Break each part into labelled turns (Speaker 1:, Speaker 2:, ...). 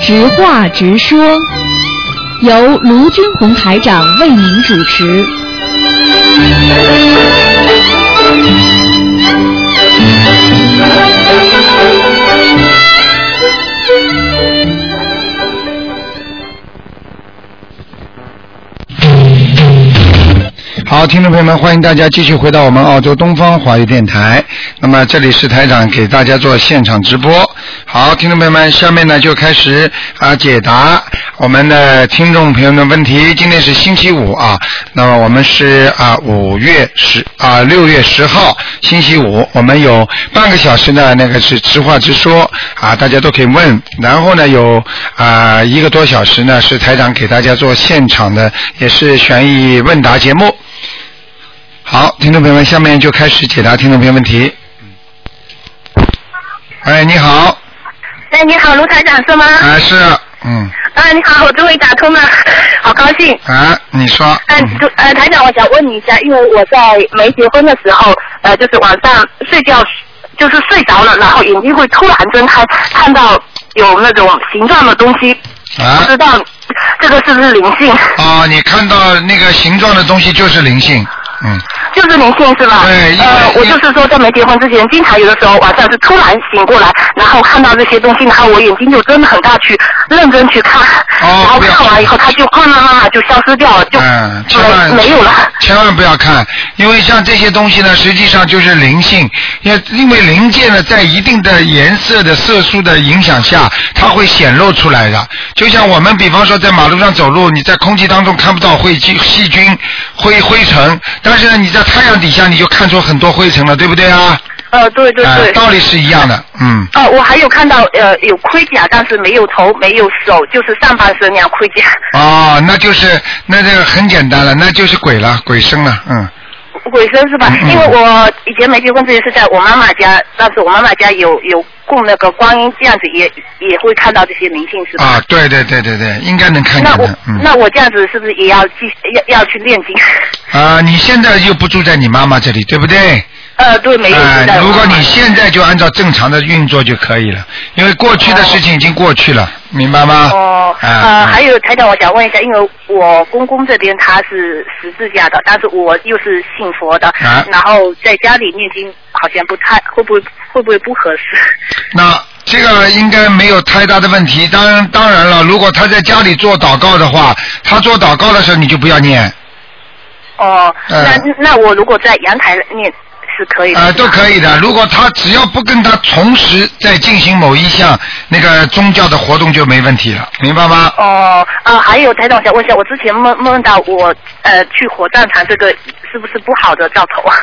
Speaker 1: 直话直说，由卢军红台长为您主持。
Speaker 2: 好，听众朋友们，欢迎大家继续回到我们澳洲东方华语电台。那么这里是台长给大家做现场直播。好，听众朋友们，下面呢就开始啊解答我们的听众朋友们的问题。今天是星期五啊，那么我们是啊五月十啊六月十号星期五，我们有半个小时呢，那个是直话直说啊，大家都可以问。然后呢有啊一个多小时呢是台长给大家做现场的，也是悬疑问答节目。好，听众朋友们，下面就开始解答听众朋友问题。哎，你好，
Speaker 3: 哎，你好，卢台长是吗？
Speaker 2: 啊是，嗯，
Speaker 3: 啊，你好，我终于打通了， 好高兴。
Speaker 2: 啊，你说，
Speaker 3: 嗯、
Speaker 2: 嗯
Speaker 3: 主呃，台长，我想问你一下，因为我在没结婚的时候，呃，就是晚上睡觉，就是睡着了，然后眼睛会突然睁开，看到有那种形状的东西，不
Speaker 2: 啊
Speaker 3: 知，道这个是不是灵性？
Speaker 2: 哦，你看到那个形状的东西就是灵性，嗯，
Speaker 3: 就是灵性是吧？
Speaker 2: 对因为
Speaker 3: 呃，我就是说，在没结婚之前，经常有的时候晚上是突然醒过来，然后看到这些东西，然后我眼睛就睁得很大去，认真去看，然后
Speaker 2: 哦不要
Speaker 3: 看完以后，它就慢慢慢慢就消失掉了，就
Speaker 2: 嗯，千
Speaker 3: 没
Speaker 2: 万
Speaker 3: 没有了。
Speaker 2: 千万不要看，因为像这些东西呢，实际上就是灵性，因因为零件呢，在一定的颜色的色素的影响下，它会显露出来的。就像我们比方说在马路上走路，你在空气当中看不到灰菌、细菌、灰灰尘，但是呢，你在太阳底下你就看出很多灰尘了，对不对啊？
Speaker 3: 呃，对对
Speaker 2: 啊、
Speaker 3: 对。
Speaker 2: 道理是一样的，嗯。
Speaker 3: 哦，我还有看到呃有盔甲，但是没有头，没有手，就是上半身那样盔甲。
Speaker 2: 哦，那就是那这个很简单了，那就是鬼了，鬼身了，嗯。
Speaker 3: 鬼身是吧？
Speaker 2: 嗯嗯
Speaker 3: 因为我以前没结婚之前是在我妈妈家，但是我妈妈家有有供那个观音，这样子也也会看到这些灵性是吧？
Speaker 2: 啊，对对对对对，应该能看
Speaker 3: 那
Speaker 2: 见
Speaker 3: 我、
Speaker 2: 的，嗯。
Speaker 3: 那我这样子是不是也要继要要去念经？
Speaker 2: 啊、你现在又不住在你妈妈这里，对不对？
Speaker 3: 呃，对，没有
Speaker 2: 啊、
Speaker 3: 是在我
Speaker 2: 如
Speaker 3: 妈
Speaker 2: 果
Speaker 3: 妈
Speaker 2: 你现在就按照正常的运作就可以了，因为过去的事情已经过去了，明白吗？
Speaker 3: 哦，
Speaker 2: 啊、
Speaker 3: 呃，
Speaker 2: 嗯
Speaker 3: 还有台长，我想问一下，因为我公公这边他是十字架的，但是我又是信佛的，
Speaker 2: 啊
Speaker 3: 然后在家里念经好像不太会不会会不会不合适？
Speaker 2: 那这个应该没有太大的问题。当然，当然了，如果他在家里做祷告的话，他做祷告的时候你就不要念，
Speaker 3: 哦，
Speaker 2: 嗯
Speaker 3: 那那我如果在阳台念是可以的，
Speaker 2: 啊，都
Speaker 3: 以。
Speaker 2: 可以的。如果他只要不跟他同时在进行某一项那个宗教的活动就没问题了，明白吗？
Speaker 3: 哦，呃，还有台长，我想问一下，我之前梦梦到我呃去火葬场，这个是不是不好的兆头啊？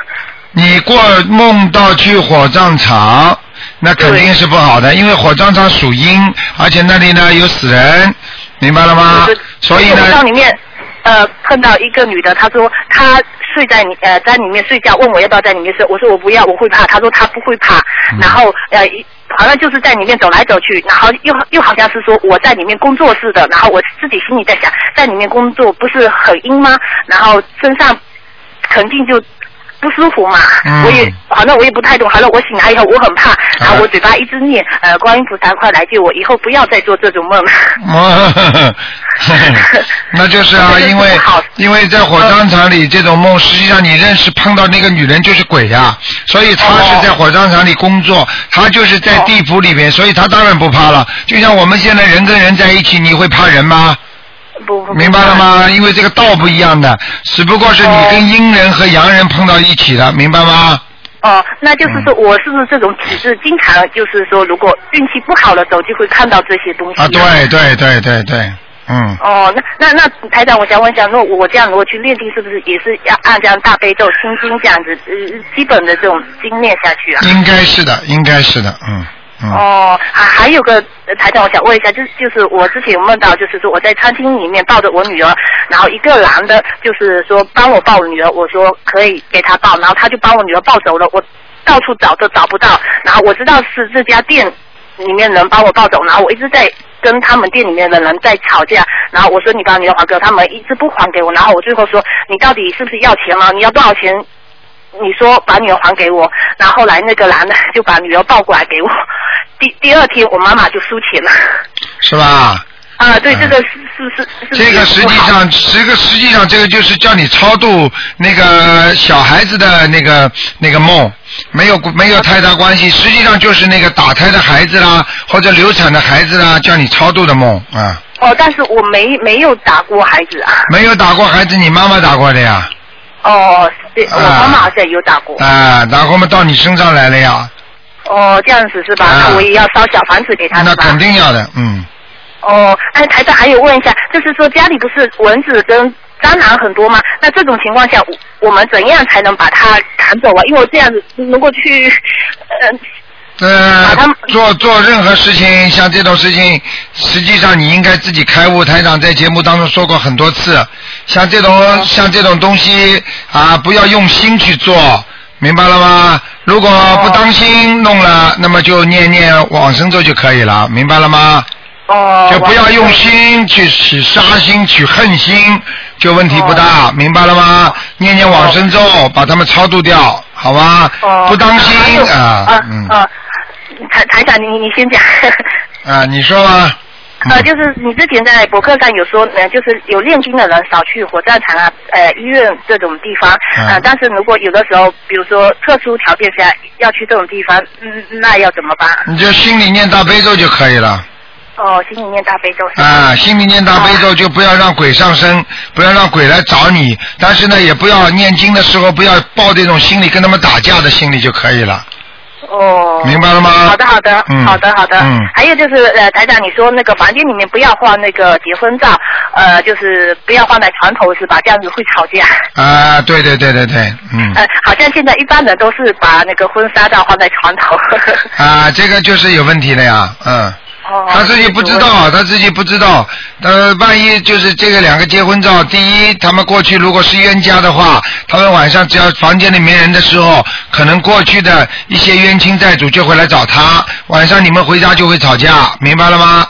Speaker 2: 你过梦到去火葬场，那肯定是不好的，因为火葬场属阴，而且那里呢有死人，明白了吗
Speaker 3: 就是？
Speaker 2: 所以
Speaker 3: 我到
Speaker 2: 呢，
Speaker 3: 里面，呃，碰到一个女的，她说她睡在里呃在里面睡觉，问我要不要在里面睡，我说我不要，我会怕。她说她不会怕，
Speaker 2: 嗯
Speaker 3: 然后呃一好像就是在里面走来走去，然后又又好像是说我在里面工作似的，然后我自己心里在想，在里面工作不是很阴吗？然后身上肯定就。不舒服嘛，
Speaker 2: 嗯啊
Speaker 3: 我也反正我也不太懂。反正我醒来以后我很怕，然后我嘴巴一直念，呃，观音菩萨快来救我，以后不要再做这种梦。
Speaker 2: 我 那就是啊，
Speaker 3: 这就是
Speaker 2: 因为
Speaker 3: 不好
Speaker 2: 因为在火葬场里这种梦，实际上你认识碰到那个女人就是鬼呀、所以她是在火葬场里工作，她就是在
Speaker 3: 哦
Speaker 2: 地府里面，所以她当然不怕了。就像我们现在人跟人在一起，你会怕人吗？
Speaker 3: 不不，
Speaker 2: 明白了？吗？因为这个道不一样的，只不过是你跟阴人和阳人碰到一起了，明白吗？
Speaker 3: 哦，那
Speaker 2: 嗯
Speaker 3: 就是说我是不是这种体质，经常就是说，如果运气不好的时候，就会看到这些东西。
Speaker 2: 啊，对。对对对对，嗯，
Speaker 3: 哦，那那那台长，我想问一下，那我这样如果去练经，是不是也是要按这样大悲咒、心经这样子，呃，基本的这种经念下去啊？
Speaker 2: 应该是的，应该是的，嗯嗯。
Speaker 3: 哦，还还有个呃台长，我想问一下，就是就是我之前有梦到，就是说我在餐厅里面抱着我女儿，然后一个男的，就是说帮我抱我女儿，我说可以给他抱，然后他就帮我女儿抱走了，我到处找都找不到，然后我知道是这家店里面人帮我抱走，然后我一直在。跟他们店里面的人在吵架，然后我说你把你的还给我，他们一直不还给我，然后我最后说你到底是不是要钱吗？你要多少钱？你说把女儿还给我，然后后 来那个男的就把女儿抱过来给我。第第二天我妈妈就输钱了。
Speaker 2: 是吧？
Speaker 3: 啊，对，
Speaker 2: 嗯
Speaker 3: 这个是是是是
Speaker 2: 这个实际
Speaker 3: 不好
Speaker 2: 上，这个实际上，这个就是叫你超度那个小孩子的那个那个梦，没有没有太大关系。实际上就是那个打胎的孩子啦，或者流产的孩子啦，叫你超度的梦啊。
Speaker 3: 哦，但是我没没有打过孩子啊。
Speaker 2: 没有打过孩子，你妈妈打过的呀？
Speaker 3: 哦，对，我
Speaker 2: 啊
Speaker 3: 妈妈好像有打过。
Speaker 2: 啊，然后嘛到你身上来了呀，
Speaker 3: 哦，这样子是吧？
Speaker 2: 啊
Speaker 3: 那我也要烧小房子给他
Speaker 2: 那
Speaker 3: 是吧？
Speaker 2: 肯定要的，嗯。
Speaker 3: 哦，哎，台长还有问一下，就是说家里不是蚊子跟蟑螂很多吗？那这种情况下，我我们怎样才能把它赶走啊？因为我这样子能够去，呃，
Speaker 2: 呃
Speaker 3: 把他们，
Speaker 2: 做做任何事情，像这种事情，实际上你应该自己开悟。台长在节目当中说过很多次，像这种像这种东西啊，不要用心去做，明白了吗？如果不当心弄了，那么就念念往生咒就可以了，明白了吗？
Speaker 3: 哦，
Speaker 2: 就不要
Speaker 3: 我
Speaker 2: 用心去起杀心、去恨心，就问题不大，
Speaker 3: 哦
Speaker 2: 明白了吗？念念往生咒，把他们超度掉，好吧？
Speaker 3: 哦，
Speaker 2: 不当心
Speaker 3: 还有
Speaker 2: 啊
Speaker 3: 啊，
Speaker 2: 嗯
Speaker 3: 啊，台台长，你你先讲。
Speaker 2: 啊，你说吧。嗯
Speaker 3: 呃，就是你之前在博客上有说，呃，就是有念经的人少去火葬场啊、呃医院这种地方，呃，
Speaker 2: 嗯
Speaker 3: 但是如果有的时候，比如说特殊条件下要去这种地方，嗯，那要怎么办？
Speaker 2: 嗯你就心里念大悲咒就可以了
Speaker 3: 哦，心里念大悲咒是吧？
Speaker 2: 啊，心里念大悲咒就不要让鬼上身，不要让鬼来找你。但是呢，也不要念经的时候不要抱这种心理跟他们打架的心理就可以了，
Speaker 3: 哦，
Speaker 2: 明白了吗？
Speaker 3: 好的，好的，
Speaker 2: 嗯
Speaker 3: 好的，好的。
Speaker 2: 嗯
Speaker 3: 还有就是，呃，台长，你说那个房间里面不要放那个结婚照，呃，就是不要放在床头是吧？这样子会吵架。
Speaker 2: 啊，对对对对对，嗯。
Speaker 3: 呃，好像现在一般人都是把那个婚纱照放在床 头。
Speaker 2: 啊，这个就是有问题了呀，嗯。
Speaker 3: 哦，
Speaker 2: 他自己不知道，他自己不知道。呃，万一就是这个两个结婚照，第一，他们过去如果是冤家的话，他们晚上只要房间里没人的时候，可能过去的一些冤亲债主就会来找他，晚上你们回家就会吵架，明白了吗？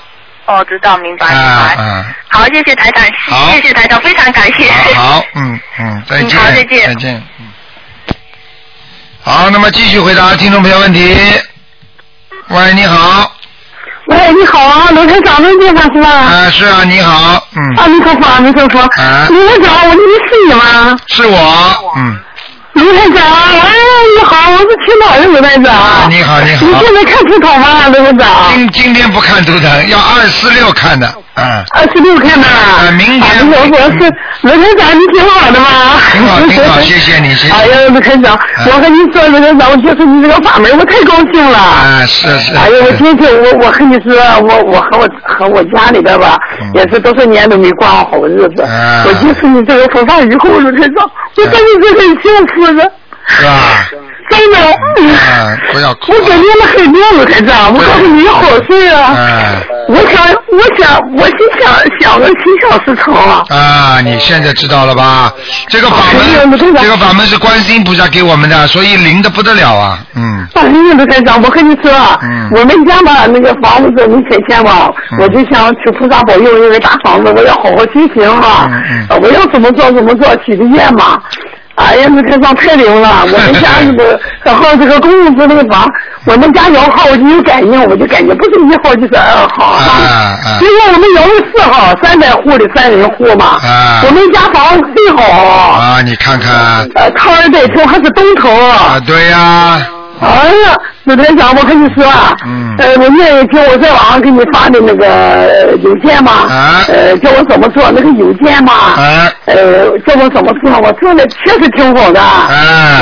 Speaker 3: 哦，知道，明白，
Speaker 2: 啊
Speaker 3: 明白。
Speaker 2: 啊，
Speaker 3: 好，谢谢台长
Speaker 2: 好，
Speaker 3: 谢谢台长，非常感谢。
Speaker 2: 好好，嗯嗯，再见，
Speaker 3: 嗯好再见
Speaker 2: 再见，嗯。好，那么继续回答听众朋友问题。喂，你好，
Speaker 4: 喂，你好啊，罗台长，能见吗？是吧？
Speaker 2: 啊，是啊，你好，嗯。
Speaker 4: 阿弥陀佛，阿弥陀佛。
Speaker 2: 啊
Speaker 4: 罗台长，我这里是你吗？
Speaker 2: 是我，嗯，
Speaker 4: 罗台长，哎，你好，我是青岛的罗台
Speaker 2: 啊
Speaker 4: 长。
Speaker 2: 你好你好
Speaker 4: 你现在看出头吗，罗台长？
Speaker 2: 今今天不看图腾，要二四六看的，啊，
Speaker 4: 二十六看的。
Speaker 2: 啊明天
Speaker 4: 啊我我是罗台长，你挺好的吗？
Speaker 2: 挺好挺好，谢啊谢你，谢
Speaker 4: 哎
Speaker 2: 谢，
Speaker 4: 呀，罗台长，我和你说，罗台长，我接触你这个法门，我太高兴了。
Speaker 2: 啊，是是，
Speaker 4: 哎呀，我
Speaker 2: 是
Speaker 4: 今天我我和你说，啊我我和我和我家里边吧，
Speaker 2: 嗯
Speaker 4: 也是多少年都没过好日子。
Speaker 2: 啊
Speaker 4: 我接触你这个佛法以后，我才知道，
Speaker 2: 哎
Speaker 4: 我真的是很幸福的，
Speaker 2: 是吧？
Speaker 4: 真的。
Speaker 2: 啊，不要哭
Speaker 4: 我，改变了很多，我才知道。我告诉你有好事啊！
Speaker 2: 啊
Speaker 4: 我想，我想，我心想想了心想事成了。
Speaker 2: 啊，你现在知道了吧？这个法
Speaker 4: 哎呀
Speaker 2: 门
Speaker 4: 我，真的
Speaker 2: 这个法门是观世音菩萨给我们的，所以灵的不得了啊，嗯，
Speaker 4: 哎呀，卢台长，我跟你说，
Speaker 2: 嗯
Speaker 4: 我们家吧那个房子没钱钱吧，
Speaker 2: 嗯
Speaker 4: 我就想求菩萨保佑，因为大房子我要好好修行哈、
Speaker 2: 嗯嗯
Speaker 4: 呃我要怎么做怎么做，许个愿嘛。哎呀，卢台长太 灵了，我们家那个，然后这个公共租那个房，我们家摇号我就有感应，我就感觉不是一号就是二号。
Speaker 2: 啊啊
Speaker 4: 结果我们摇了四号，三百户的三人户嘛，
Speaker 2: 啊
Speaker 4: 我们家房子最好，
Speaker 2: 啊，你看看，
Speaker 4: 呃，汤儿北头还是东头。
Speaker 2: 啊，对呀、
Speaker 4: 哎呀，鲁台长，我跟你说啊，
Speaker 2: 嗯
Speaker 4: 呃，我那也听我在网上给你发的那个呃邮件嘛，
Speaker 2: 啊
Speaker 4: 呃，叫我怎么做那个邮件嘛，
Speaker 2: 啊
Speaker 4: 呃，叫我怎么做，我做的确实挺好的，
Speaker 2: 啊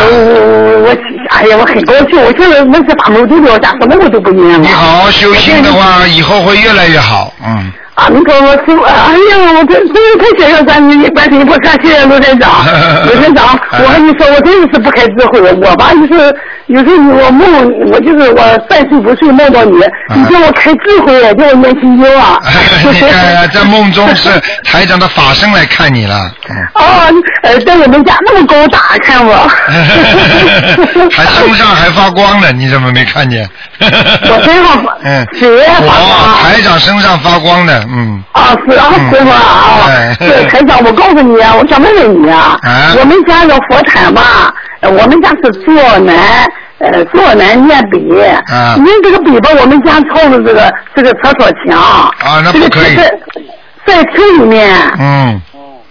Speaker 4: 我，我我哎呀，我很高兴，我现在那些法门我都了解，什么我都不念了
Speaker 2: 你。好好修心的话，以后会越来越好，嗯，，，
Speaker 4: 啊，你给我说，哎呀，我真真是太谢谢咱你关心我，感谢卢台长卢台长，我和你说，我真的是不开智慧，我吧就是有时候我梦，我就是我半睡不睡梦到你，你叫我开智慧，叫我念心经啊
Speaker 2: 嗯哎你看 看在梦中是台长的法身来看你了，嗯。，
Speaker 4: 哦，呃，在我们家那么高大，看我
Speaker 2: 还身上还发光呢，你怎么没看见？
Speaker 4: 我身上发
Speaker 2: 嗯，
Speaker 4: 谁呀发光
Speaker 2: 我
Speaker 4: 啊
Speaker 2: 台长身上发光的，嗯，
Speaker 4: 啊，是啊，
Speaker 2: 嗯
Speaker 4: 师傅啊
Speaker 2: 哎，
Speaker 4: 对，台长，我告诉你啊，我想问问你啊
Speaker 2: 啊，
Speaker 4: 我们家有佛坛吧，呃我们家是坐南，呃，坐南念北。
Speaker 2: 啊
Speaker 4: 您这个北吧，我们家凑的这个这个厕所墙。
Speaker 2: 啊那不可以
Speaker 4: 这个在在厅里面，
Speaker 2: 嗯，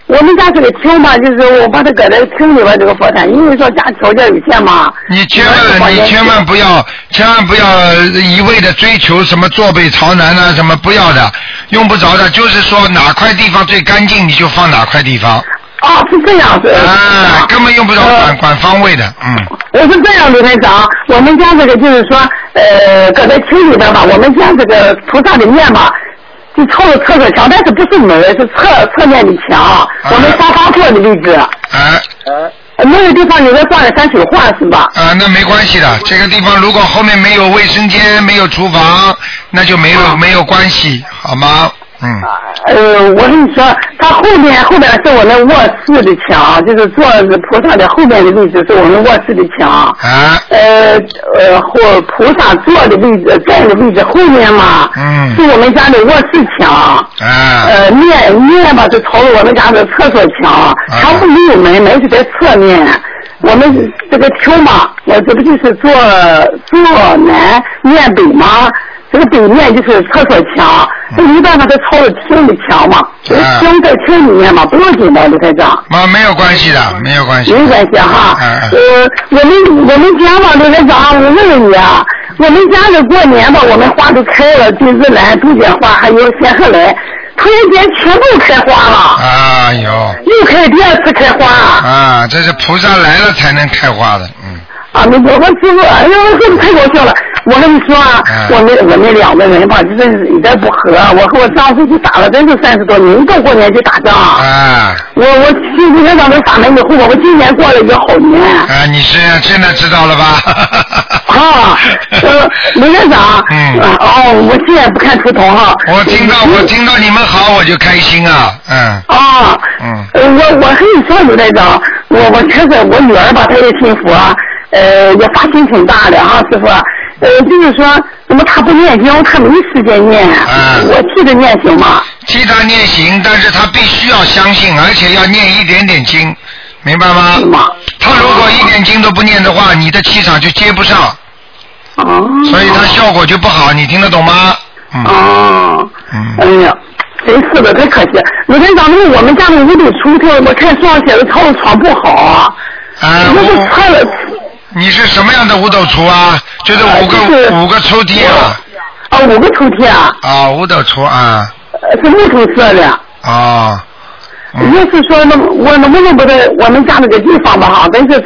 Speaker 4: 我们家这个厅吧，就是我把它搁在厅里边这个佛坛，因为说家条件有限嘛。
Speaker 2: 你千
Speaker 4: 我
Speaker 2: 万
Speaker 4: 也
Speaker 2: 你千万不要千万不要一味的追求什么坐北朝南啊，什么不要的，用不着的，就是说哪块地方最干净你就放哪块地方，
Speaker 4: 啊，是这样子。
Speaker 2: 啊，根本用不着管
Speaker 4: 呃
Speaker 2: 管方位的，嗯，
Speaker 4: 我是这样，刘台长，我们家这个就是说，呃，搁在厅里边吧，我们家这个菩萨的面吧，就凑了厕所墙，但是不是门，是侧侧面的墙，我们沙发坐的位置，
Speaker 2: 啊。
Speaker 4: 呃那个地方有个放了山水画是吧？
Speaker 2: 啊，那没关系的。这个地方如果后面没有卫生间、没有厨房，那就没有、没有关系，好吗？嗯，
Speaker 4: 呃，我跟你说，它后面后面是我们卧室的墙，就是坐菩萨的后面的位置是我们卧室的墙。
Speaker 2: 啊，
Speaker 4: 呃呃，或菩萨坐的位置站的位置后面嘛，
Speaker 2: 嗯
Speaker 4: 是我们家的卧室墙。
Speaker 2: 啊，
Speaker 4: 呃，面面吧是朝着我们家的厕所啊墙，它是没有门，门是在侧面。我们这个厅嘛，我这不就是坐坐南面北吗？这个北面就是厕所墙，那一般呢，它朝着厅的墙嘛，这个
Speaker 2: 啊
Speaker 4: 厅在厅里面嘛，不要紧的，刘台长。
Speaker 2: 那、没有关系的，没有关系。
Speaker 4: 没关系哈。
Speaker 2: 嗯嗯
Speaker 4: 呃，我们我们家吧，刘台长，我问问你啊，我们家的过年吧，我们花都开了，金丝兰、杜鹃花还有仙鹤兰，突然间全部开花了，
Speaker 2: 啊有
Speaker 4: 又开第二次开花啊！
Speaker 2: 啊，这是菩萨来了才能开花的，嗯，
Speaker 4: 啊，那我我师傅，哎呦，我太高兴了！我跟你说啊，
Speaker 2: 嗯
Speaker 4: 我们我们两个人吧，就是有点不和，我和我丈夫就打了，真是三十多年，一到过年就打仗。
Speaker 2: 啊
Speaker 4: 我我去刘台长的法门以后，我们今年过了一个好年。
Speaker 2: 啊，你是现在知道 了吧？
Speaker 4: 啊，呃，刘院长，
Speaker 2: 嗯
Speaker 4: 啊哦，我现在不看图腾哈。
Speaker 2: 我听到
Speaker 4: 嗯
Speaker 2: 我听到你们好我就开心啊，嗯
Speaker 4: 啊，
Speaker 2: 嗯
Speaker 4: 呃我我跟你说，刘院长，我我觉得我女儿吧，她也信佛，呃，也发心挺大的啊，师傅，呃，就是说，怎么她不念经，她没时间念，
Speaker 2: 啊
Speaker 4: 我替着念行吗？
Speaker 2: 替他念行，但是他必须要相信，而且要念一点点经，明白吗？
Speaker 4: 是吗？
Speaker 2: 他如果一点经都不念的话，你的气场就接不上，
Speaker 4: 啊，
Speaker 2: 所以他效果就不好，你听得懂吗？嗯
Speaker 4: 啊，哎
Speaker 2: 嗯，
Speaker 4: 呀。真是的，太可惜。刘院长，那个我们家的屋里出去，我看上面写的超床不好啊，
Speaker 2: 啊，
Speaker 4: 那是
Speaker 2: 我
Speaker 4: 拆了
Speaker 2: 你是什么样的五斗橱啊？就是五
Speaker 4: 啊就是
Speaker 2: 个五个抽屉啊，
Speaker 4: 啊，五个抽屉啊，
Speaker 2: 啊，五斗橱啊，
Speaker 4: 呃是木头色的。
Speaker 2: 啊，嗯
Speaker 4: 要是说那我能不能把它我们家那个地方吧哈，但是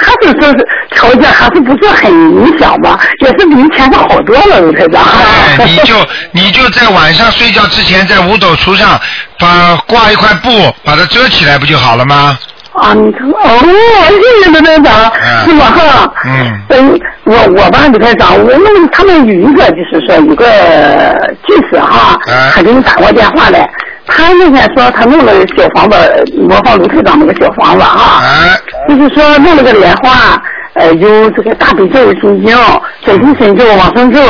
Speaker 4: 还是说是条件还是不是很理想吧，也是比以前是好多了，刘台长。
Speaker 2: 哎，你就你就在晚上睡觉之前，在五斗橱上把挂一块布把它遮起来，不就好了吗？
Speaker 4: 啊，你看哦，谢谢刘台长，
Speaker 2: 嗯
Speaker 4: 是吧哈？
Speaker 2: 嗯
Speaker 4: 嗯，我我吧，刘台长，我们他们有一个就是说有个技师哈
Speaker 2: 嗯，
Speaker 4: 他给你打过电话来，他那天说他弄了个小房子，模仿刘台长那个小房子哈。
Speaker 2: 哎，
Speaker 4: 就是说弄了个莲花，呃，有这个大悲咒、心经、准提神咒、往生咒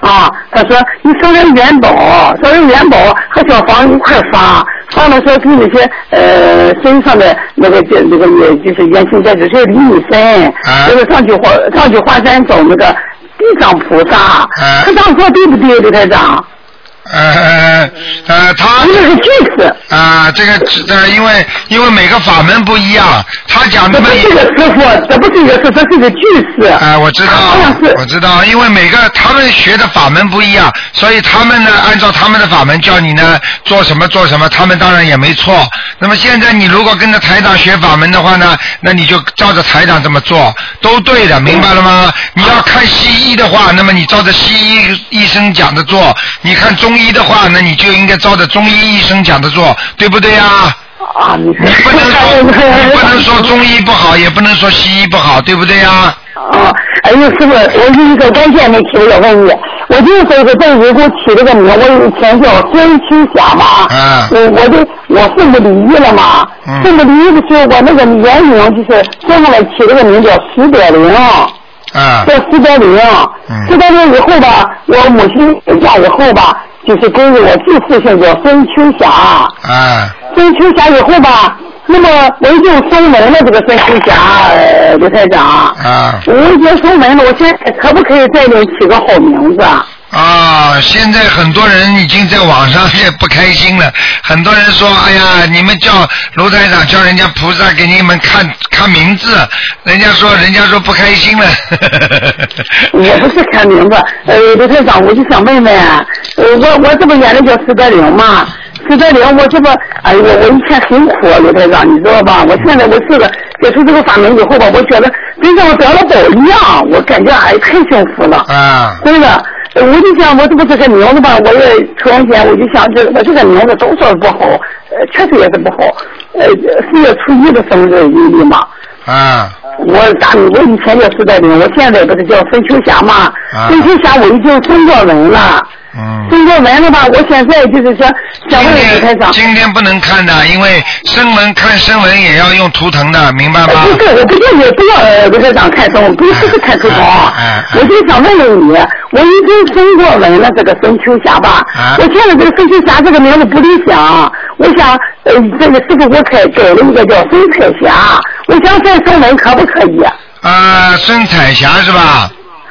Speaker 4: 啊。他说你烧点元宝，烧点元宝和小房一块儿发，发了说对那些呃身上的那个这那个也就是冤亲债主是离你身
Speaker 2: 啊，
Speaker 4: 就是上去花上去花山找那个地藏菩萨。
Speaker 2: 啊
Speaker 4: 他这样说对不对，刘台长？
Speaker 2: 呃呃，他
Speaker 4: 你这是句子，
Speaker 2: 啊，这个呃，因为因为每个法门不一样，他讲
Speaker 4: 这
Speaker 2: 的
Speaker 4: 不
Speaker 2: 每
Speaker 4: 是个师傅，这不是一个师，这是个句式。
Speaker 2: 哎，我知道
Speaker 4: 好像是，
Speaker 2: 我知道，因为每个他们学的法门不一样，所以他们呢，按照他们的法门教你呢做什么做什么，他们当然也没错。那么现在你如果跟着台长学法门的话呢，那你就照着台长这么做，都对的，明白了吗？你要看西医的话，那么你照着西医医生讲的做；你看中医的话，那你就应该照着中医医生讲的做，对不对啊？
Speaker 4: 啊，你
Speaker 2: 你不 能说，你不能说中医不好，也不能说西医不好，对不对呀、
Speaker 4: 啊，哎呦，师傅，我有一个关键问题，我要问你，我就是说是在人工起这个名，我以前叫孙秋霞嘛，
Speaker 2: 嗯
Speaker 4: 我我就我父母离异了嘛，
Speaker 2: 嗯
Speaker 4: 父母离异的时候，我那个原名就是接下来起这个名叫徐点玲，
Speaker 2: 啊
Speaker 4: 叫徐点玲
Speaker 2: 嗯，
Speaker 4: 徐点玲以后吧，我母亲嫁以后吧，就是跟着我继父姓叫孙秋霞，
Speaker 2: 啊
Speaker 4: 孙秋霞以后吧，那么我已经收门了这个孙红霞呃刘台长，
Speaker 2: 啊
Speaker 4: 我已经收门了，我现在可不可以再给你起个好名字啊？
Speaker 2: 啊！现在很多人已经在网上也不开心了，很多人说：“哎呀，你们叫卢台长叫人家菩萨给你们看看名字，人家说人家说不开心了。
Speaker 4: 我不是看名字，呃，刘台长，我就想问问，呃，我我这不原来叫石德玲嘛，石德玲，我这不，哎呦，我以前很苦，啊，刘台长，你知道吧？我现在我这个接触这个法门以后吧，我觉得真让我得了宝一样，我感觉哎太幸福了。
Speaker 2: 啊
Speaker 4: 真的，呃我就想，我这不这个名字吧，我也突然间我就想，这我这个名字都说不好，呃，确实也是不好。呃，四月初一的生日阴历嘛，
Speaker 2: 啊
Speaker 4: 我大我以前叫苏代林，我现在不是叫孙秋霞嘛
Speaker 2: 啊？
Speaker 4: 孙秋霞我已经中国文了，
Speaker 2: 嗯。
Speaker 4: 中国文了吧？我现在就是说想
Speaker 2: 今
Speaker 4: 问李台
Speaker 2: 天
Speaker 4: 长，
Speaker 2: 今天不能看的，因为声纹看声纹也要用图腾的，明白吗？
Speaker 4: 哎不是，我不叫你不要刘台长看中，不是不是看出头啊
Speaker 2: 哎哎哎
Speaker 4: 我就想问问你，我已经中过文了这个孙秋霞吧？
Speaker 2: 哎
Speaker 4: 我现在这个孙秋霞这个名字不理想，我想呃这个是不是我改改了一个叫孙彩霞？我想再中文可不可以？
Speaker 2: 啊，孙彩霞是吧？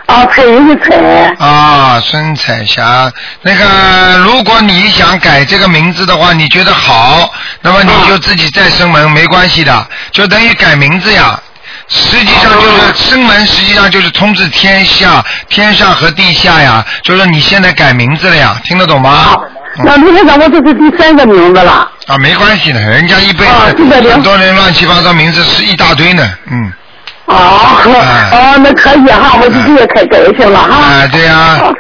Speaker 4: 啊，彩云的彩，
Speaker 2: 啊，孙彩霞，那个，如果你想改这个名字的话，你觉得好，那么你就自己再升门，没关系的，就等于改名字呀。实际上就是升门，实际上就是通知天下，天上和地下呀，就是你现在改名字了呀，听得懂吗
Speaker 4: 好？
Speaker 2: 嗯
Speaker 4: 啊那刘台长，我这是第三个名字了。
Speaker 2: 啊，没关系的，人家一辈
Speaker 4: 啊
Speaker 2: 子
Speaker 4: 是的
Speaker 2: 很多人乱七八糟名字是一大堆呢，嗯，
Speaker 4: 哦， 哦，那可以哈，我就这个可改行了哈。
Speaker 2: 啊，对呀、
Speaker 4: 呃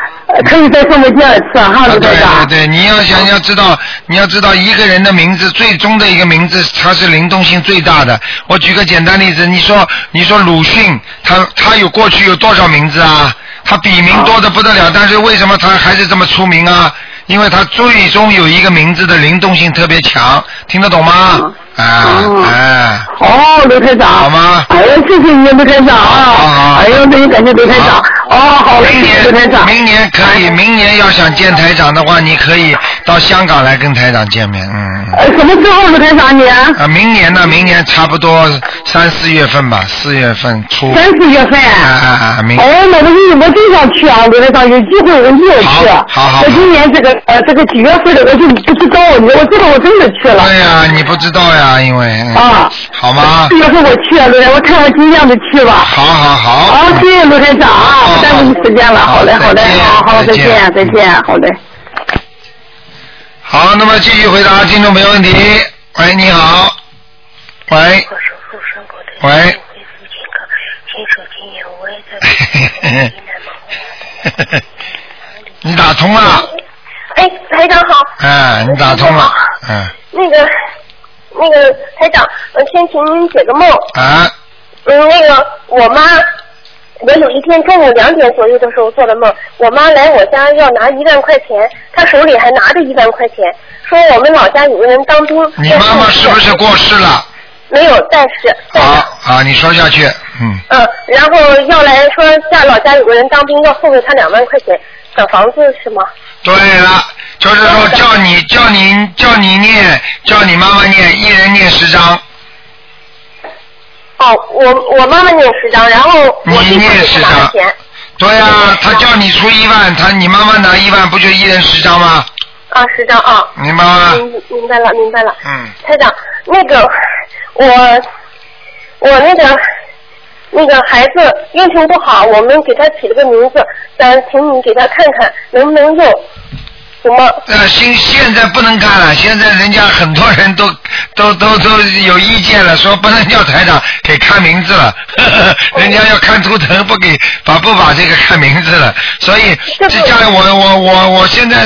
Speaker 4: 可以再送我第二次哈，
Speaker 2: 啊，
Speaker 4: 刘
Speaker 2: 对
Speaker 4: 台长
Speaker 2: 对。对，你要
Speaker 4: 哦
Speaker 2: 想要知道，你要知道一个人的名字，最终的一个名字，它是灵动性最大的。我举个简单例子，你说你说鲁迅，他他有过去有多少名字啊？他笔
Speaker 4: 哦
Speaker 2: 名多的不得了，但是为什么他还是这么出名啊？因为他最终有一个名字的灵动性特别强，听得懂吗？啊
Speaker 4: 哦
Speaker 2: 哎，
Speaker 4: 哦，刘台长，
Speaker 2: 好吗
Speaker 4: 哎呀，谢谢您，刘台长
Speaker 2: 好好
Speaker 4: 啊！哎呀，那就感谢刘台长
Speaker 2: 好。
Speaker 4: 哦，好嘞，
Speaker 2: 明
Speaker 4: 谢
Speaker 2: 年
Speaker 4: 谢刘台长。
Speaker 2: 明年可以，
Speaker 4: 哎
Speaker 2: 明年要想见台长的话，你可以到香港来跟台长见面，嗯。嗯
Speaker 4: 呃，什么时候，刘台长你？
Speaker 2: 啊，明年呢？明年差不多三四月份吧，四月份初。
Speaker 4: 三四月份。
Speaker 2: 啊啊啊！明
Speaker 4: 哎，那我就我真想去啊，刘台长，有机会我一定要去。
Speaker 2: 好好好
Speaker 4: 我今年这个呃这个几月份的我就不知道，你我知道我真的去了。
Speaker 2: 对呀，你不知道呀，因为嗯
Speaker 4: 哎啊，
Speaker 2: 好吗
Speaker 4: 四？月份我去，啊刘台长，我看我尽量的去吧。
Speaker 2: 好好好。
Speaker 4: 好，谢谢卢台长啊，不耽误你时间了。好嘞，好嘞，好好，再见，再见，好嘞。
Speaker 2: 好，那么继续回答听众朋友问题。喂，你好。喂。 喂。 你打通
Speaker 4: 哦
Speaker 2: 了，
Speaker 5: 哎，台长好，
Speaker 2: 哎，你打通了，嗯，
Speaker 5: 那个那个台长，呃，先请您解个梦。
Speaker 2: 啊，
Speaker 5: 嗯，那个我妈，我有一天中午两点左右的时候做的梦，我妈来我家要拿一万块钱，她手里还拿着一万块钱，说我们老家有个人当兵。
Speaker 2: 你妈妈是不是过世了？
Speaker 5: 没有，但是但是。
Speaker 2: 好，好，你说下去，嗯，
Speaker 5: 嗯，然后要来说家老家有个人当兵，要送给他两万块钱，小房子是吗？
Speaker 2: 对了，就是说叫你叫你叫你念，叫你妈妈念，一人念十张，
Speaker 5: 哦，我我妈妈念十张，然后我
Speaker 2: 你
Speaker 5: 弟弟
Speaker 2: 念
Speaker 5: 给
Speaker 2: 十
Speaker 5: 她拿
Speaker 2: 张
Speaker 5: 钱。
Speaker 2: 对呀、他叫你出一万，他你妈妈拿一万，不就一人十张吗？
Speaker 5: 啊，十张啊。
Speaker 2: 明白吗？
Speaker 5: 明明白了，明白了。
Speaker 2: 嗯，
Speaker 5: 台长，那个我我那个那个孩子运程不好，我们给他起了个名字，想请你给他看看能不能用。怎么？
Speaker 2: 呃，现现在不能看了，现在人家很多人都 都都都有意见了，说不能叫台长给看名字了， 呵呵人家要看图腾，不给把不把这个看名字了，所以
Speaker 5: 这
Speaker 2: 这家里我我我我现在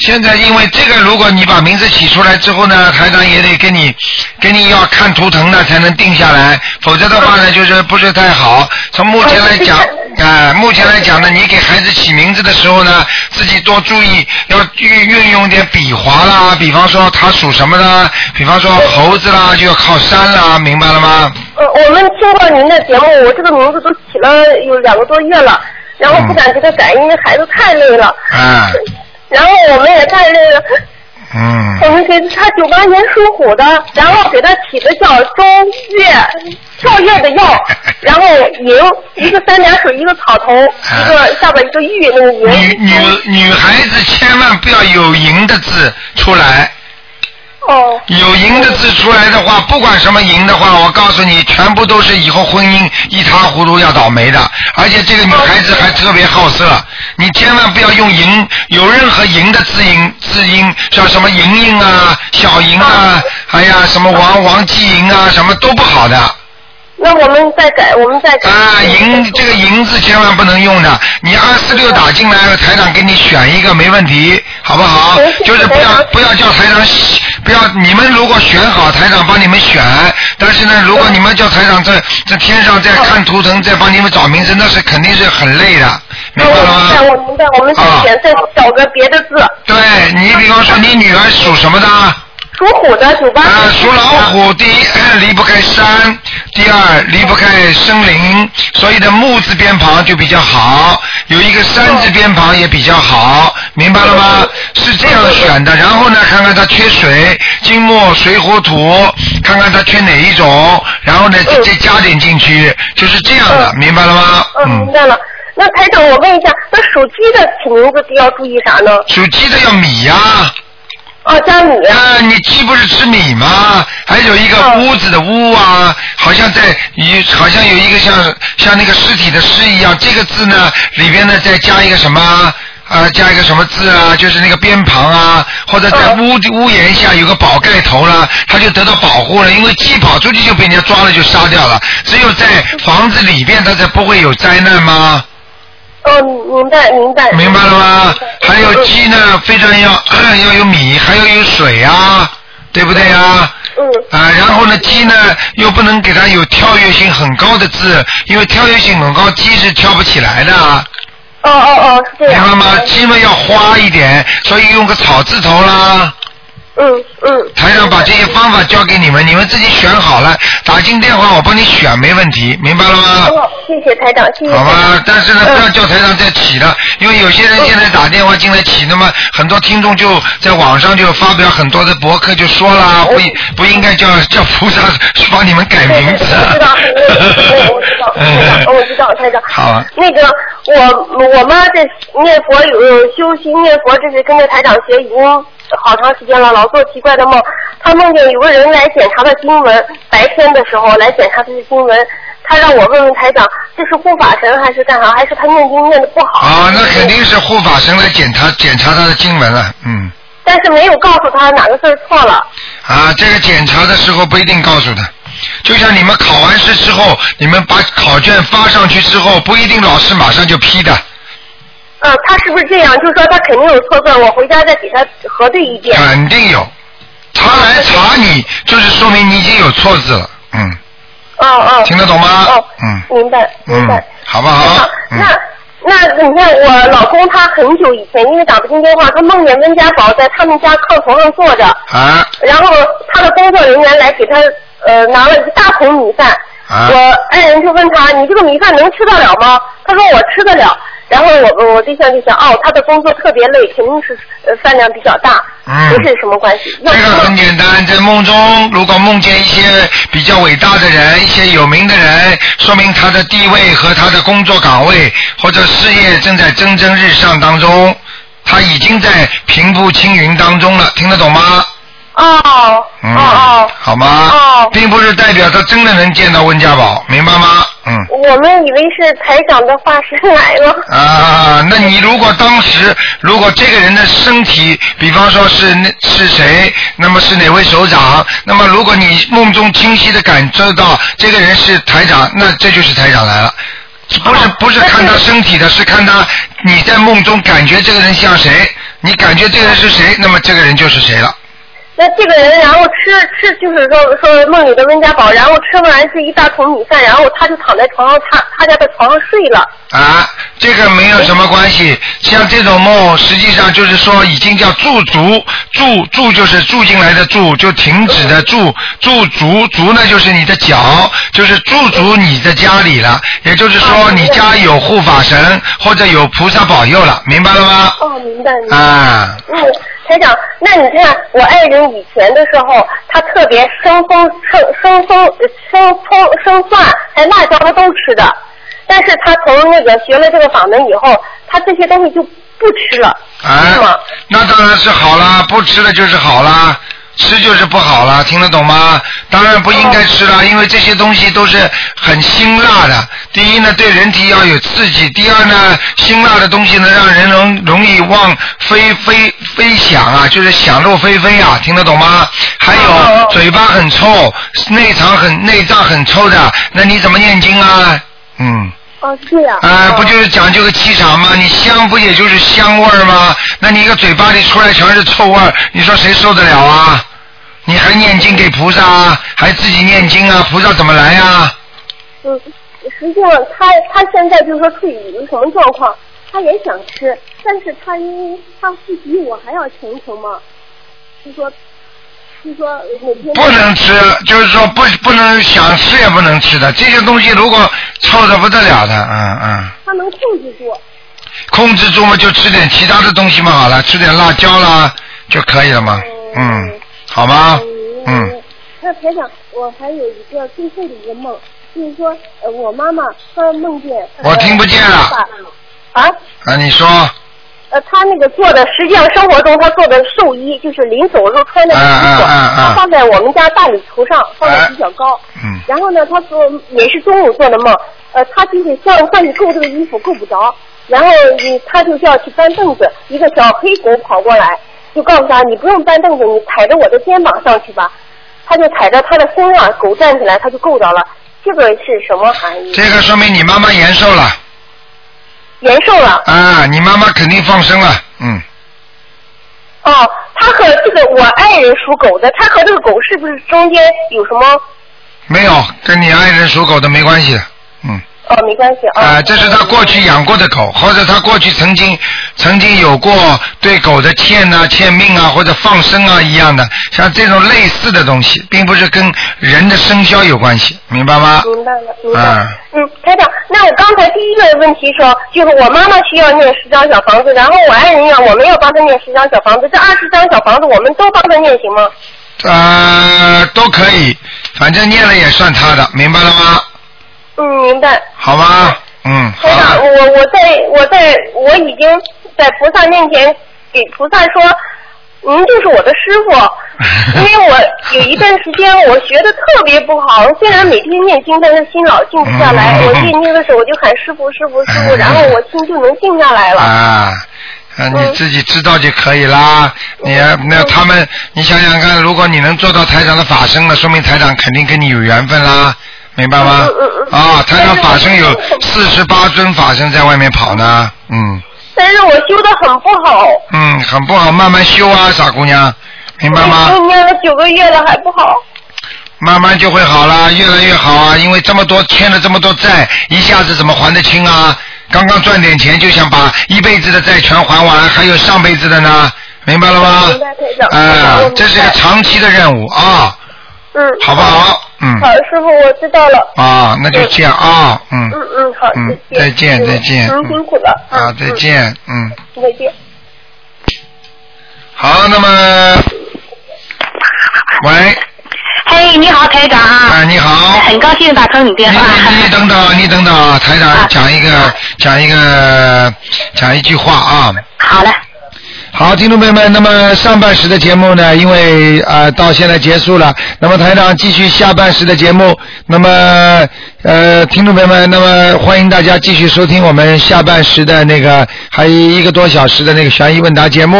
Speaker 2: 现在因为这个，如果你把名字起出来之后呢，台长也得给你给你要看图腾的才能定下来，否则的话呢，就是不是太好。从目前来讲
Speaker 5: 哦，
Speaker 2: 啊，目前来讲呢，你给孩子起名字的时候呢，自己多注意，要运运用点笔划啦，比方说他属什么啦，比方说猴子啦，就要靠山啦，明白了吗？
Speaker 5: 呃，我们听过您的节目，我这个名字都起了有两个多月了，然后不敢给他改，因为孩子太累了。
Speaker 2: 啊，
Speaker 5: 然后我们也太累了，
Speaker 2: 嗯，
Speaker 5: 我们给他九八年属虎的，然后给他起的叫中月跳跃的跃，然后蝇，一个三点水，一个草头，一
Speaker 2: 啊
Speaker 5: 个下边一个玉那个
Speaker 2: 女
Speaker 5: 蝇。
Speaker 2: 女女孩子千万不要有“赢”的字出来，
Speaker 5: 哦
Speaker 2: 有“赢”的字出来的话，不管什么“赢”的话，我告诉你，全部都是以后婚姻一塌糊涂要倒霉的。而且这个女孩子还特别好色，你千万不要用“赢”，有任何“赢”的字音字音，像什么“莹莹”啊、小莹啊，还呀什么王王继莹啊，什么都不好的。
Speaker 5: 那我们再改，我们再改。
Speaker 2: 啊，银这个银字千万不能用的，你二四六打进来，台长给你选一个没问题，好不好
Speaker 5: 没？事
Speaker 2: 就是不
Speaker 5: 台
Speaker 2: 要
Speaker 5: 长
Speaker 2: 不要叫台长，不要你们如果选好，台长帮你们选，但是呢，如果你们叫台长在在天上在看图腾，在帮你们找名字，那是肯定是很累的，明
Speaker 5: 哦那
Speaker 2: 白
Speaker 5: 我
Speaker 2: 了吗？
Speaker 5: 明白，我明白，我们再
Speaker 2: 啊
Speaker 5: 选再找个别的字，
Speaker 2: 对你，比方说你女儿属什么的？
Speaker 5: 属虎的九八
Speaker 2: 啊，属
Speaker 5: 年。
Speaker 2: 老虎，第一哎离不开山，第二离不开森林，所以的木字边旁就比较好，有一个山字边旁也比较好，明白了吗？是这样选的。然后呢，看看它缺水，金木水火土，看看它缺哪一种，然后呢再
Speaker 5: 嗯
Speaker 2: 再加点进去，就是这样的，
Speaker 5: 嗯
Speaker 2: 明白了吗？
Speaker 5: 嗯，明白了。那台长，我问一下，那属鸡的起名字要注意啥呢？
Speaker 2: 属鸡的要米呀、
Speaker 5: 啊，加米啊。
Speaker 2: 啊，你鸡不是吃米吗？还有一个
Speaker 5: 嗯
Speaker 2: 屋子的屋啊，好像在一好像有一个像像那个尸体的尸一样，这个字呢里边呢再加一个什么啊、加一个什么字啊？就是那个边旁啊，或者在屋、屋檐下有个宝盖头啦，它就得到保护了。因为鸡跑出去就被人家抓了，就杀掉了。只有在房子里边，它才不会有灾难吗？
Speaker 5: 嗯，明白明白。嗯
Speaker 2: 明白了吗？还有鸡呢，非常要 要有米，还要有水啊，对不对啊？
Speaker 5: 嗯
Speaker 2: 啊，然后呢，鸡呢又不能给它有跳跃性很高的字，因为跳跃性很高，鸡是跳不起来的啊，
Speaker 5: 哦哦哦，是这
Speaker 2: 明
Speaker 5: 样。
Speaker 2: 白吗？鸡嘛要花一点，所以用个草字头啦。
Speaker 5: 嗯嗯。
Speaker 2: 台长把这些方法教给你们，你们自己选好了，打进电话我帮你选，没问题，明白了吗？
Speaker 5: 哦，谢谢台长，谢谢。
Speaker 2: 好吧，但是呢，
Speaker 5: 嗯
Speaker 2: 不要叫台上再起了，因为有些人现在打电话进来起，那么很多听众就在网上就发表很多的博客，就说啦，
Speaker 5: 嗯
Speaker 2: 不应不应该叫叫菩萨 帮你们改
Speaker 5: 对
Speaker 2: 名字。
Speaker 5: 我知道，我我知道，台长，我知道，台长。
Speaker 2: 好啊
Speaker 5: 那个，我我妈这念佛有修习念佛，这是跟着台长学，已经好长时间了，老做奇怪的梦。她梦见有个人来检查她经文，白天的时候来检查她的经文，她让我问问台长，这是护法神还是干啥？还是她念经念的不好？
Speaker 2: 啊，那肯定是护法神来检查检查他的经文了，嗯，
Speaker 5: 但是没有告诉她哪个字儿错了。
Speaker 2: 啊，这个检查的时候不一定告诉他，就像你们考完试之后，你们把考卷发上去之后，不一定老师马上就批的，
Speaker 5: 嗯，她是不是这样？就是说她肯定有错字儿，我回家再给她核对一遍。
Speaker 2: 肯定有，他来查你，就是说明你已经有错字了，嗯，
Speaker 5: 哦哦。
Speaker 2: 听得懂吗
Speaker 5: 哦？
Speaker 2: 嗯
Speaker 5: 明白，明
Speaker 2: 嗯
Speaker 5: 白。，
Speaker 2: 好不好？嗯
Speaker 5: 那。那你看，我老公他很久以前因为打不进电话，他梦见温家宝在他们家炕头上坐着，
Speaker 2: 啊，
Speaker 5: 然后他的工作人员来给他呃拿了一大桶米饭。
Speaker 2: 啊
Speaker 5: 我爱人就问他：“你这个米饭能吃得了吗？”他说：“我吃得了。”然后我我对象就想：“哦，他的工作特别累，肯定是呃饭量比较大，
Speaker 2: 嗯
Speaker 5: 不是什么关系。
Speaker 2: 这
Speaker 5: 要不
Speaker 2: 个很简单，在梦中如果梦见一些比较伟大的人、一些有名的人，说明他的地位和他的工作岗位或者事业正在蒸蒸日上当中，他已经在平步青云当中了，听得懂吗？
Speaker 5: 哦
Speaker 2: 嗯，
Speaker 5: 哦哦，
Speaker 2: 好吗？
Speaker 5: 哦
Speaker 2: 并不是代表他真的能见到温家宝，明白吗？嗯。
Speaker 5: 我们以为是台长的化身来了。
Speaker 2: 啊，那你如果当时如果这个人的身体，比方说是那是谁，那么是哪位首长，那么如果你梦中清晰的感知到这个人是台长，那这就是台长来了。不是不是看他身体的，是看他你在梦中感觉这个人像谁，你感觉这个人是谁，那么这个人就是谁了。
Speaker 5: 那这个人，然后吃吃，就是说说梦里的温家宝，然后吃完是一大桶米饭，然后他就躺在床上，他他家的床上睡了。
Speaker 2: 啊，这个没有什么关系。像这种梦，实际上就是说已经叫驻足，驻驻就是住进来的住，就停止的住，驻足足呢就是你的脚，就是驻足你的家里了。也就是说，
Speaker 5: 啊
Speaker 2: 你
Speaker 5: 明白
Speaker 2: 家有护法神或者有菩萨保佑了，明白了吗？
Speaker 5: 哦，明白明白。
Speaker 2: 啊，
Speaker 5: 嗯，台长，那你看我爱人以前的时候，他特别生葱、生生葱、生葱、生蒜，还辣椒他都吃的。但是他从那个学了这个法门以后，他这些东西就不吃了，
Speaker 2: 哎
Speaker 5: 是吗？，
Speaker 2: 那当然是好啦，不吃了就是好啦，吃就是不好啦，听得懂吗？当然不应该吃啦，
Speaker 5: 嗯
Speaker 2: 因为这些东西都是很辛辣的。第一呢，对人体要有刺激；第二呢，辛辣的东西呢，让人容容易忘飞飞飞想啊，就是想入非非啊，听得懂吗？还
Speaker 5: 嗯
Speaker 2: 有嘴巴很臭，内肠很内脏很臭的，那你怎么念经啊？嗯。
Speaker 5: 哦，这样。
Speaker 2: 啊，不就是讲究个气场吗？你香不也就是香味儿吗？那你一个嘴巴里出来全是臭味儿，你说谁受得了啊？你还念经给菩萨啊，还自己念经啊？菩萨怎么来呀、啊？
Speaker 5: 嗯，实际上他他现在就是说处于一个什么状况？他也想吃，但是他因为他不比我还要虔诚嘛，就说就说每天
Speaker 2: 不能吃，就是说不不能想吃也不能吃的这些东西，如果臭的不得了的，嗯嗯，
Speaker 5: 他能控制住。
Speaker 2: 控制住嘛，就吃点其他的东西嘛，好了，吃点辣椒啦就可以了嘛，嗯，好吗？嗯。
Speaker 5: 那台长，我还有一个最后的一个梦，就是说，呃，我妈妈她梦见
Speaker 2: 我听不见了。
Speaker 5: 呃啊，
Speaker 2: 啊，你说。
Speaker 5: 呃，她那个做的，实际上生活中她做的寿衣，就是临走的时候穿的衣服，
Speaker 2: 啊啊啊啊
Speaker 5: 她放在我们家大礼橱上，放的比较高。
Speaker 2: 嗯
Speaker 5: 然后呢，她做也是中午做的梦，呃，她就是上上去够这个衣服够不着，然后嗯她就要去搬凳子，一个小黑狗跑过来，就告诉她你不用搬凳子，你踩着我的肩膀上去吧。她就踩着她的身啊，狗站起来，她就够着了。这个是什么含义？
Speaker 2: 这个说明你妈妈延寿了
Speaker 5: 延寿了。
Speaker 2: 啊，你妈妈肯定放生了，嗯，
Speaker 5: 哦，他和这个我爱人属狗的，他和这个狗是不是中间有什么？
Speaker 2: 没有跟你爱人属狗的没关系的，嗯，
Speaker 5: 哦，没关系啊。
Speaker 2: 啊，这是他过去养过的狗，或者他过去曾经曾经有过对狗的欠啊、欠命啊或者放生啊一样的，像这种类似的东西，并不是跟人的生肖有关系，明白吗？
Speaker 5: 明白了，明白了。
Speaker 2: 啊，
Speaker 5: 嗯，台长，那我刚才第一个问题说，就是我妈妈需要念十张小房子，然后我爱人要，我们要帮他念十张小房子，这二十张小房子我们都帮他念行吗？
Speaker 2: 呃，都可以，反正念了也算他的，明白了吗？
Speaker 5: 嗯，明白。
Speaker 2: 好吗？嗯，好
Speaker 5: 台长，
Speaker 2: 了。
Speaker 5: 我我在我在我已经在菩萨面前给菩萨说，您就是我的师 傅，因为我有一段时间我学的特别不好，虽然每天念经，但是心老静不下来。
Speaker 2: 嗯
Speaker 5: 我念经的时候我就喊师傅师傅师 傅，
Speaker 2: 嗯
Speaker 5: 然后我心就能静下来了。嗯
Speaker 2: 啊，啊，你自己知道就可以啦。你那他们，你想想看，如果你能做到台长的法身了，说明台长肯定跟你有缘分啦，明白吗
Speaker 5: 嗯嗯？嗯
Speaker 2: 啊，台长法身有
Speaker 5: 但是我
Speaker 2: 四十八尊法身在外面跑呢，嗯
Speaker 5: 但是我修的很不好，
Speaker 2: 嗯，很不好，慢慢修啊，傻姑娘，明白吗？
Speaker 5: 我念了九个月了还不好。
Speaker 2: 慢慢就会好啦，越来越好啊！因为这么多欠了这么多债，一下子怎么还得清啊？刚刚赚点钱就想把一辈子的债全还完，还有上辈子的呢，明白了吗
Speaker 5: 明白台？长
Speaker 2: 啊、
Speaker 5: 我明白
Speaker 2: 这是个长期的任务啊，
Speaker 5: 嗯，
Speaker 2: 好不好？嗯
Speaker 5: 好，，师傅，我知道了。
Speaker 2: 啊，那就这样啊，嗯
Speaker 5: 嗯，嗯，好，
Speaker 2: 嗯
Speaker 5: 谢谢
Speaker 2: 再见再见
Speaker 5: 嗯，辛苦了。嗯
Speaker 2: 啊，再，见，嗯，
Speaker 5: 嗯再见。
Speaker 2: 好，那么，喂，
Speaker 6: 嘿，你好，台长啊！
Speaker 2: 啊，你好。
Speaker 6: 很高兴打通你电
Speaker 2: 你
Speaker 6: 话。
Speaker 2: 你你 等等，你等等啊，台长讲一个讲一个讲一句话啊。
Speaker 6: 好了，
Speaker 2: 好，听众朋友们，那么上半时的节目呢，因为呃到现在结束了，那么台长继续下半时的节目。那么呃，听众朋友们，那么欢迎大家继续收听我们下半时的那个还有一个多小时的那个悬疑问答节目。